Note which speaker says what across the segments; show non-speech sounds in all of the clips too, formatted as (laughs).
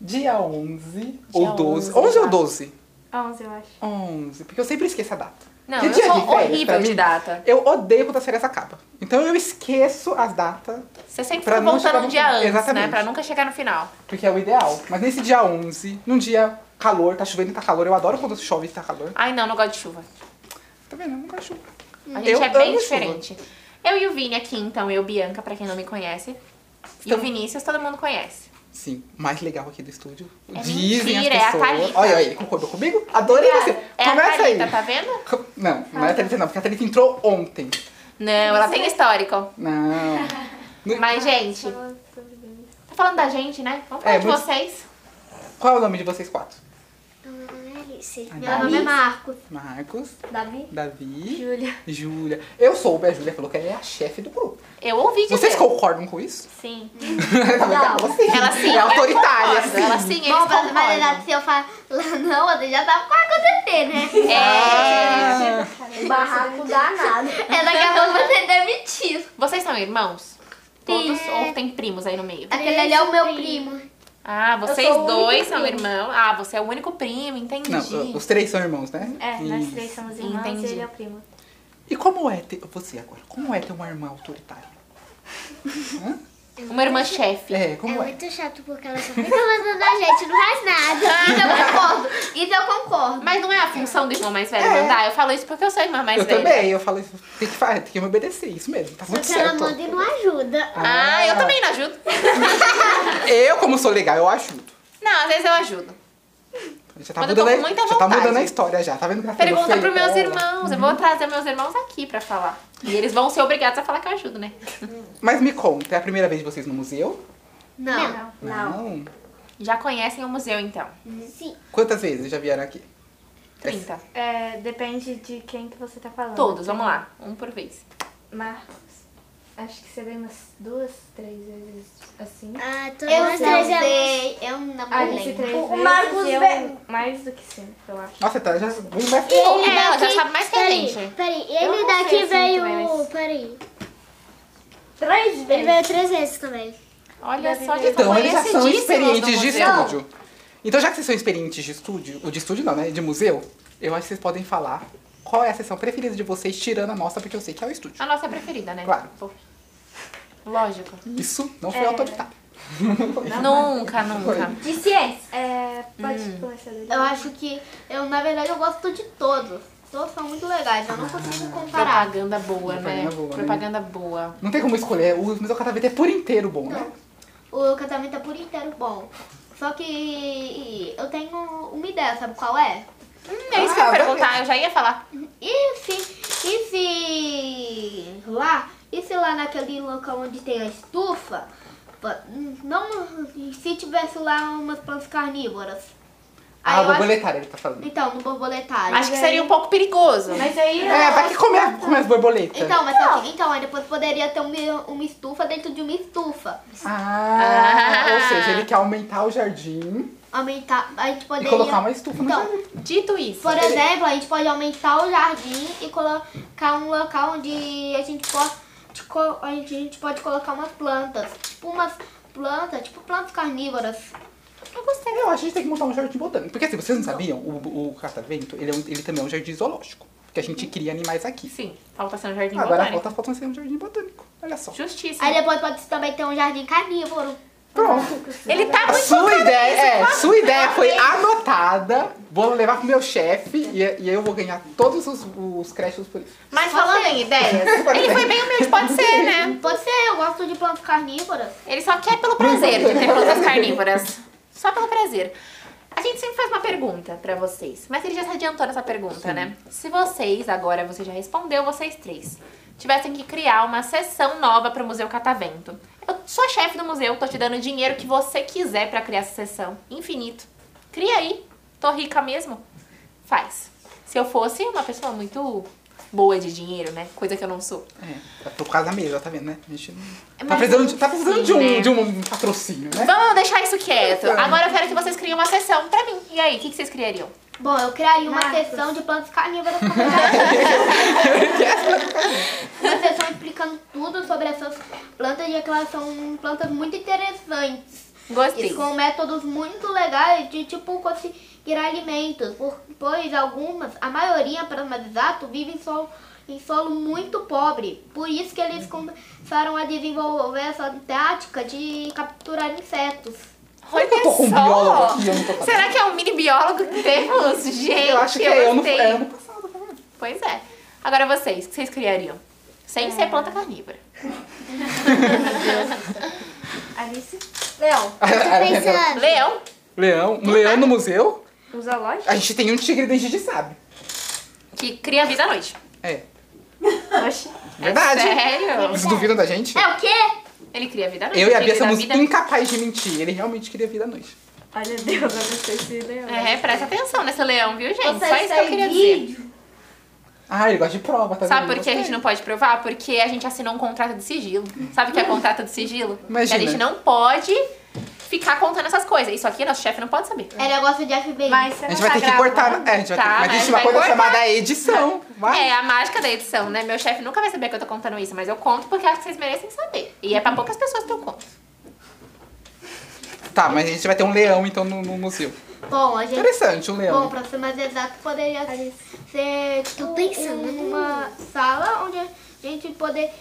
Speaker 1: Dia 11 ou
Speaker 2: Dia
Speaker 1: 12.
Speaker 2: 11,
Speaker 1: 11 ou
Speaker 2: tá.
Speaker 1: 12?
Speaker 2: 11, eu acho.
Speaker 1: 11, porque eu sempre esqueço a data.
Speaker 2: Não,
Speaker 1: Que
Speaker 2: eu
Speaker 1: dia
Speaker 2: sou
Speaker 1: de férias, pra
Speaker 2: horrível
Speaker 1: mim?
Speaker 2: de data.
Speaker 1: Eu odeio quando a série essa capa. Então eu esqueço as datas,
Speaker 2: Você sempre
Speaker 1: Pra
Speaker 2: fica
Speaker 1: não chegar
Speaker 2: voltando um
Speaker 1: no
Speaker 2: dia
Speaker 1: final.
Speaker 2: antes,
Speaker 1: Exatamente.
Speaker 2: né? Pra nunca chegar no final.
Speaker 1: porque é o ideal. Mas nesse dia 11, num dia calor, tá chovendo e tá calor. Eu adoro quando chove e tá calor.
Speaker 2: Ai, não, não gosto de chuva.
Speaker 1: Tá vendo? Eu nunca chuva.
Speaker 2: A gente
Speaker 1: Eu
Speaker 2: é bem
Speaker 1: amo
Speaker 2: diferente. Eu e o Vini aqui, então, eu, Bianca, pra quem não me conhece. E o
Speaker 1: Estamos-
Speaker 2: Vinícius, todo mundo conhece.
Speaker 1: Sim, mais legal aqui do estúdio.
Speaker 2: É
Speaker 1: Dizem
Speaker 2: mentira, é
Speaker 1: as
Speaker 2: a
Speaker 1: pessoas.
Speaker 2: Thalita.
Speaker 1: olha, ele concordou comigo? Adorei você.
Speaker 2: É a
Speaker 1: Começa
Speaker 2: Thalita,
Speaker 1: aí.
Speaker 2: tá vendo? Ah, tá.
Speaker 1: Co- Não, não é a Thalita não, porque a Thalita entrou ontem.
Speaker 2: Não, ela tem histórico. (laughs)
Speaker 1: Não.
Speaker 2: Mas, gente, tá falando da gente, né? Vamos falar
Speaker 1: É,
Speaker 2: de
Speaker 1: muito-
Speaker 2: vocês.
Speaker 1: Qual é o nome de vocês quatro?
Speaker 3: Meu nome é Alice.
Speaker 1: Ai,
Speaker 3: Meu
Speaker 1: Alice.
Speaker 3: nome é Marco.
Speaker 1: Marcos,
Speaker 3: Davi.
Speaker 1: Davi,
Speaker 3: Júlia.
Speaker 1: Júlia. Eu soube, a Júlia falou que ela é a chefe do grupo.
Speaker 2: Eu ouvi dizer.
Speaker 1: Vocês concordam com isso?
Speaker 2: Sim.
Speaker 1: (laughs) Ela sim.
Speaker 2: Ela sim.
Speaker 1: É
Speaker 2: eu
Speaker 1: autoritária,
Speaker 2: concordo.
Speaker 1: sim.
Speaker 2: Ela sim, eles
Speaker 3: Bom, mas na
Speaker 2: concordam.
Speaker 3: verdade, se eu falar não, você já tá pra acontecer, né?
Speaker 2: É.
Speaker 1: Ah,
Speaker 3: Um barraco danado. É daqui a pouco você é demitido.
Speaker 2: Vocês são irmãos? Todos?
Speaker 3: Sim.
Speaker 2: Ou tem primos aí no meio?
Speaker 3: Aquele ali é o meu primo.
Speaker 2: Ah, vocês
Speaker 4: sou o único
Speaker 2: dois são
Speaker 4: primo.
Speaker 2: irmãos? Ah, você é o único primo, entendi.
Speaker 1: não, os três são irmãos, né?
Speaker 4: É, nós três somos irmãos
Speaker 2: Entendi.
Speaker 4: e ele é o primo.
Speaker 1: E como é ter... Você agora, como é ter uma irmã autoritária?
Speaker 2: Uma irmã chefe.
Speaker 1: É, como é?
Speaker 3: chato porque ela só fica mandando a gente, não faz nada. Isso eu concordo. Isso eu concordo.
Speaker 2: Mas não é a função do irmão mais velho
Speaker 1: É.
Speaker 2: mandar? Eu falo isso porque eu sou a irmã mais
Speaker 1: eu
Speaker 2: velha.
Speaker 1: também, eu falei, tem que fazer, tem que me obedecer, isso mesmo, tá muito
Speaker 2: é
Speaker 1: certo.
Speaker 3: e não ajuda.
Speaker 2: Ah,
Speaker 1: Ah.
Speaker 2: eu também não ajudo.
Speaker 1: Eu, como sou legal, eu ajudo.
Speaker 2: Não, às vezes eu ajudo.
Speaker 1: Já tá,
Speaker 2: Quando eu tô
Speaker 1: mudando,
Speaker 2: com
Speaker 1: a,
Speaker 2: muita
Speaker 1: já tá
Speaker 2: vontade.
Speaker 1: mudando a história já, tá vendo? que tá ficando
Speaker 2: Pergunta pros
Speaker 1: feio?
Speaker 2: meus
Speaker 1: Olha.
Speaker 2: irmãos. Eu vou trazer meus irmãos aqui pra falar. E eles vão ser obrigados a falar que eu ajudo, né?
Speaker 1: Mas me conta, é a primeira vez de vocês no museu?
Speaker 3: Não.
Speaker 1: Não.
Speaker 2: Já conhecem o museu, então.
Speaker 3: Sim.
Speaker 1: Quantas vezes já vieram aqui?
Speaker 2: 30.
Speaker 4: É, depende de quem que você tá falando.
Speaker 2: Todos, vamos lá. Um por vez.
Speaker 4: Marcos. Acho que você veio umas duas, três vezes assim.
Speaker 3: Ah, todas
Speaker 4: Eu não
Speaker 3: sei. Eu não
Speaker 4: A Alice três
Speaker 3: O
Speaker 4: vezes.
Speaker 3: Marcos
Speaker 4: eu
Speaker 3: veio.
Speaker 4: mais do que cinco, eu acho.
Speaker 1: Nossa, tá já bem mais que eu.
Speaker 3: Ele
Speaker 2: É, ela já sabe mais que a
Speaker 3: peraí,
Speaker 2: gente.
Speaker 3: Peraí,
Speaker 4: Eu
Speaker 3: ele
Speaker 4: não
Speaker 3: daqui
Speaker 4: sei se
Speaker 3: veio.
Speaker 4: muito bem, mas-
Speaker 3: Peraí.
Speaker 4: Três
Speaker 3: Ele veio três vezes também.
Speaker 2: Olha só, já
Speaker 1: Então, eles já são experientes de
Speaker 2: museu.
Speaker 1: estúdio. Então, já que vocês são experientes de estúdio, ou de estúdio não, né? De museu, eu acho que vocês podem falar qual é a sessão preferida de vocês, tirando a nossa, porque eu sei que é o estúdio.
Speaker 2: A nossa preferida, né?
Speaker 1: Claro.
Speaker 2: Pô. Lógico.
Speaker 3: Uhum.
Speaker 1: Isso não
Speaker 3: É.
Speaker 1: foi autoritário.
Speaker 2: Nunca, nunca.
Speaker 4: De ciência. É, pode começar dele.
Speaker 3: Eu acho que. Eu, na verdade, eu gosto de todos. Todos são muito legais. Eu não consigo comparar.
Speaker 2: Propaganda boa, né?
Speaker 1: Propaganda boa, né?
Speaker 2: Propaganda boa.
Speaker 1: Não tem como escolher, o Museu Catavento é por inteiro bom, né?
Speaker 3: Então, O casamento é por inteiro bom. Só que eu tenho uma ideia, sabe qual é?
Speaker 2: Hum, é isso que eu
Speaker 1: Ah,
Speaker 2: ia
Speaker 1: vai
Speaker 2: perguntar, eu já ia falar.
Speaker 3: E se. E se. Lá. E se lá naquele local onde tem a estufa. pa- Não. Se tivesse lá umas plantas carnívoras. Aí
Speaker 1: Ah,
Speaker 3: eu
Speaker 1: o
Speaker 3: acho-
Speaker 1: borboletário ele tá falando.
Speaker 3: Então, no borboletário.
Speaker 2: Acho que seria um pouco perigoso.
Speaker 4: Mas aí.
Speaker 1: É, vai que come, a- come as borboletas.
Speaker 3: Então, mas só que- então, aí depois poderia ter uma, uma estufa dentro de uma estufa.
Speaker 1: Ah,
Speaker 2: Ah.
Speaker 1: ou seja,
Speaker 3: (laughs)
Speaker 1: ele quer aumentar o jardim
Speaker 3: Aumentar, a gente
Speaker 1: e
Speaker 3: poderia...
Speaker 1: colocar uma estufa no
Speaker 3: Então,
Speaker 1: jardim.
Speaker 2: Dito isso,
Speaker 3: Por exemplo, a gente pode aumentar o jardim e colocar um local onde a gente pode, co- a gente, a gente pode colocar umas plantas. Tipo umas plantas, tipo plantas carnívoras.
Speaker 1: Eu gostei. Eu acho que a gente tem que montar um jardim botânico. Porque assim, vocês não sabiam, o, o catavento, ele, é um- ele também é um jardim zoológico. Porque a gente cria animais aqui.
Speaker 2: sim, falta ser um jardim
Speaker 1: Agora
Speaker 2: botânico.
Speaker 1: falta, falta ser um jardim botânico. Olha só.
Speaker 2: Justiça.
Speaker 3: Aí depois pode também ter um jardim carnívoro.
Speaker 1: Pronto.
Speaker 2: Ele tá
Speaker 1: A
Speaker 2: muito
Speaker 1: sua
Speaker 2: focado nisso,
Speaker 1: ideia, é,
Speaker 2: claro.
Speaker 1: sua ideia foi anotada. Vou levar pro meu chefe e, e eu vou ganhar todos os, os créditos por isso.
Speaker 2: Mas falando em ideias,
Speaker 1: (laughs)
Speaker 2: ele foi bem humilde, pode ser, né?
Speaker 3: Pode ser, eu gosto de plantas carnívoras.
Speaker 2: Ele só quer pelo prazer de ter plantas carnívoras. Só pelo prazer. A gente sempre faz uma pergunta pra vocês, mas ele já se adiantou nessa pergunta, né? Se vocês, agora você já respondeu, vocês três, tivessem que criar uma sessão nova pro Museu Catavento. Eu sou a chefe do museu, tô te dando o dinheiro que você quiser pra criar essa sessão. Infinito. Cria aí. Tô rica mesmo. Faz. Se eu fosse uma pessoa muito boa de dinheiro, né? Coisa que eu não sou.
Speaker 1: É, tá por causa da mesa, tá vendo, né? A gente não... Tá
Speaker 2: É, Mas
Speaker 1: precisando, de, tá precisando
Speaker 2: sim,
Speaker 1: de, um,
Speaker 2: né?
Speaker 1: de um patrocínio, né?
Speaker 2: Vamos deixar isso quieto. Agora eu quero que vocês criem uma sessão pra mim. E aí, o que, que vocês criariam?
Speaker 3: Bom, eu criaria uma
Speaker 4: Marcos.
Speaker 3: sessão de plantas carnívoras com uma sessão explicando tudo sobre essas plantas, já que elas são plantas muito interessantes.
Speaker 2: Gostei.
Speaker 3: E com métodos muito legais de tipo conseguir alimentos, por- pois algumas, a maioria para mais exato, vive em solo, em solo muito pobre. Por isso que eles começaram a desenvolver essa tática de capturar insetos.
Speaker 1: Será que eu tô com um
Speaker 2: Olha só!
Speaker 1: biólogo aqui? Eu não tô sabendo.
Speaker 2: Será que é um mini biólogo que temos? Gente,
Speaker 1: Eu acho que é ano,
Speaker 2: gostei.
Speaker 1: é ano passado, tá vendo?
Speaker 2: Pois é. Agora vocês, o que vocês criariam? Sem ser planta carnívora.
Speaker 4: Alice? Leão.
Speaker 1: (laughs)
Speaker 2: Leão?
Speaker 1: É, Leão, um leão no museu?
Speaker 4: Um zoológico?
Speaker 1: A gente tem um tigre dentro de sabe.
Speaker 2: Que cria vida à noite.
Speaker 1: É.
Speaker 4: Oxi.
Speaker 1: Verdade.
Speaker 2: É sério?
Speaker 1: Vocês duvidam da gente?
Speaker 3: É o quê?
Speaker 2: Ele cria vida à noite.
Speaker 1: Eu e a
Speaker 2: ele
Speaker 1: Bia
Speaker 2: cria
Speaker 1: somos
Speaker 2: vida-
Speaker 1: incapazes de mentir. Ele realmente queria vida à noite.
Speaker 4: Olha Deus, eu gostei desse leão.
Speaker 2: É, presta atenção nesse leão, viu, gente?
Speaker 3: Você
Speaker 2: Só isso que eu
Speaker 3: tem
Speaker 2: queria dizer.
Speaker 1: Ah, ele gosta de prova, tá
Speaker 2: Sabe
Speaker 1: vendo?
Speaker 2: por que a gente
Speaker 1: Gostei.
Speaker 2: não pode provar? Porque a gente assinou um contrato de sigilo. Sabe o que é contrato de sigilo?
Speaker 1: Imagina.
Speaker 2: Que a gente não pode ficar contando essas coisas. Isso aqui nosso chefe não pode saber.
Speaker 3: É negócio de FBI.
Speaker 4: Mas você
Speaker 1: A
Speaker 4: não
Speaker 1: gente vai
Speaker 4: tá
Speaker 1: ter que cortar.
Speaker 4: gravando?
Speaker 1: É, a gente vai ter,
Speaker 2: Tá,
Speaker 1: mas
Speaker 2: mas
Speaker 1: existe uma
Speaker 2: vai
Speaker 1: coisa
Speaker 2: cortar.
Speaker 1: chamada edição. Vai.
Speaker 2: É, a mágica da edição, né? Meu chefe nunca vai saber que eu tô contando isso, mas eu conto porque acho que vocês merecem saber. E é pra poucas pessoas que eu conto. É.
Speaker 1: Tá, mas a gente vai ter um leão então no, no museu.
Speaker 3: Bom, a gente
Speaker 1: Interessante, um
Speaker 3: Bom,
Speaker 1: leão.
Speaker 3: pra ser mais exato, poderia ser tipo, uma sala onde a gente poderia,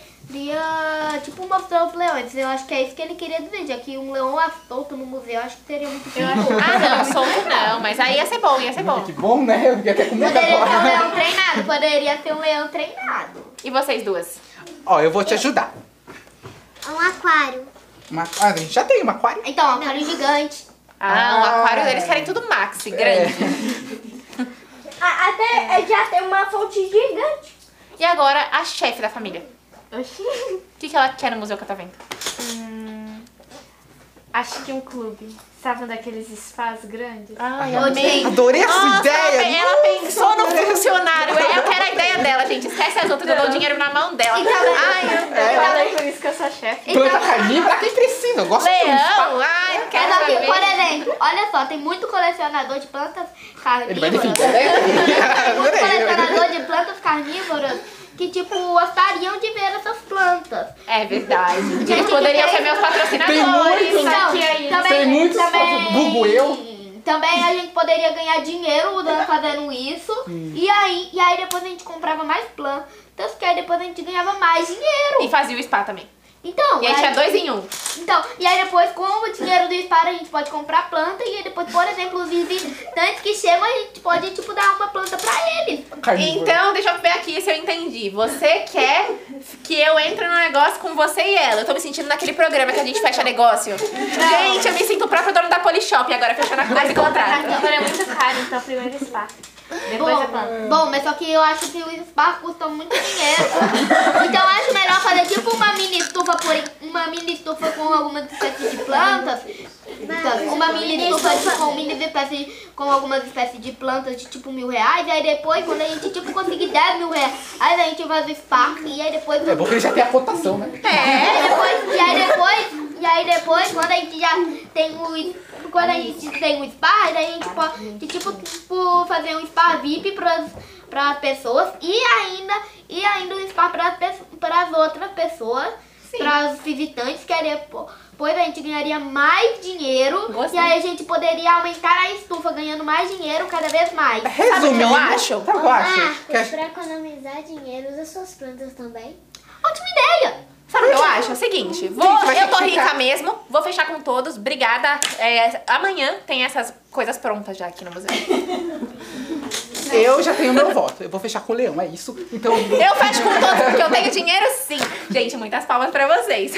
Speaker 3: tipo, mostrar os leões. Eu acho que é isso que ele queria dizer, já que um leão assolto no museu, eu acho que seria muito
Speaker 4: Eu
Speaker 3: bom. (laughs)
Speaker 4: acho
Speaker 2: Ah, não, solto não, mas aí ia ser bom, ia ser bom.
Speaker 1: Que bom, né? Eu fiquei até com medo
Speaker 3: Poderia ser um
Speaker 1: agora.
Speaker 3: leão treinado, poderia ser um leão treinado.
Speaker 2: E vocês duas?
Speaker 1: Ó, eu vou te ajudar.
Speaker 3: Um aquário.
Speaker 1: Uma- ah, a gente já tem uma aquário.
Speaker 3: Então, um aquário gigante.
Speaker 2: Ah, um
Speaker 1: Ah. É.
Speaker 2: aquário, eles querem tudo maxi, grande.
Speaker 3: Até já tem uma fonte gigante.
Speaker 2: E agora, a chefe da família.
Speaker 1: né?
Speaker 4: Oxi.
Speaker 2: O que, que ela quer no Museu Catavento?
Speaker 4: Hum, acho que um clube. Sabe daqueles spas grandes?
Speaker 2: Ai,
Speaker 1: Arrasou.
Speaker 2: amei.
Speaker 1: Adorei essa
Speaker 2: Nossa, é assim,
Speaker 1: ideia.
Speaker 2: Ah, Ela, pe- ela pensou no funcionário. É, Eu quero a ideia dela, gente. Esquece as outras, eu dou o dinheiro na mão dela. Ai, eu-
Speaker 4: Eu falei É, por isso que eu sou chefe.
Speaker 3: então,
Speaker 1: Planta carnívora, quem precisa? Eu gosto de um
Speaker 2: Leão, ai, não quero
Speaker 3: Mas, assim, por
Speaker 2: saber.
Speaker 3: exemplo, olha só, tem muito colecionador de plantas carnívoras.
Speaker 1: Ele vai defender, né? (laughs)
Speaker 3: muito
Speaker 1: Adorei.
Speaker 3: colecionador de plantas carnívoras que, tipo, gostariam de ver essas plantas.
Speaker 2: É verdade.
Speaker 3: Gente,
Speaker 2: Eles
Speaker 3: que
Speaker 2: poderiam
Speaker 3: tem-
Speaker 2: ser meus
Speaker 1: Tem
Speaker 2: patrocinadores.
Speaker 1: muito, né?
Speaker 3: Então,
Speaker 4: Isso aqui é isso.
Speaker 1: Tem muitos fofos. Bugo eu.
Speaker 3: Também a gente poderia ganhar dinheiro da- fazendo isso. E, aí, e aí depois a gente comprava mais plantas, que aí depois a gente ganhava mais dinheiro.
Speaker 2: E fazia o spa também.
Speaker 3: Então,
Speaker 2: E aí tinha dois em um.
Speaker 3: então, e aí depois com o dinheiro do SPAR a gente pode comprar planta e aí depois, por exemplo, os visitantes que chegam, a gente pode, tipo, dar uma planta pra eles.
Speaker 1: Carnívora.
Speaker 2: Então, deixa eu ver aqui se eu entendi. Você quer que eu entre no negócio com você e ela. Eu tô me sentindo naquele programa que a gente fecha negócio. Gente, eu me sinto o próprio dono da Polishop agora, fechando a coisa e contrato.
Speaker 4: Agora é muito caro, então primeiro spa. Depois a planta.
Speaker 3: Bom, bom, mas só que eu acho que os spa custam muito dinheiro. então eu acho melhor fazer tipo uma mini estufa por uma mini estufa com algumas espécies de plantas. Então, uma mini estufa de- com mini espécies com algumas espécies de plantas de tipo mil reais. E aí depois, quando a gente tipo conseguir 10 mil reais, aí a gente faz o spa e aí depois
Speaker 1: É bom que ele já tem a cotação, né?
Speaker 3: E aí É, depois, e aí depois, e aí depois, quando a gente já tem o. Quando a gente tem o spa, aí a gente pode, tipo, tipo, fazer um spa VIP pras, pras pessoas e ainda, e ainda um spa pras, pe- pras outras pessoas, pras visitantes, que aí depo- depois a gente ganharia mais dinheiro
Speaker 2: Gostei.
Speaker 3: e aí a gente poderia aumentar a estufa, ganhando mais dinheiro cada vez mais.
Speaker 2: o que
Speaker 1: Resumindo,
Speaker 2: eu acho?
Speaker 1: Sabe o que eu acho? Que é a-
Speaker 5: Marcos, pra economizar dinheiro, usa suas plantas também.
Speaker 3: Ótima ideia!
Speaker 2: Sabe o que eu acho? É o seguinte, vou,
Speaker 1: Gente, vai ter
Speaker 2: eu tô
Speaker 1: que
Speaker 2: rica
Speaker 1: ficar.
Speaker 2: mesmo, vou fechar com todos, obrigada. É, amanhã tem essas coisas prontas já aqui no museu.
Speaker 1: Eu já tenho meu voto. Eu vou fechar com o leão, é isso.
Speaker 2: (laughs)
Speaker 1: Então,
Speaker 2: Eu fecho com todos porque eu tenho dinheiro sim. Gente, muitas palmas pra vocês.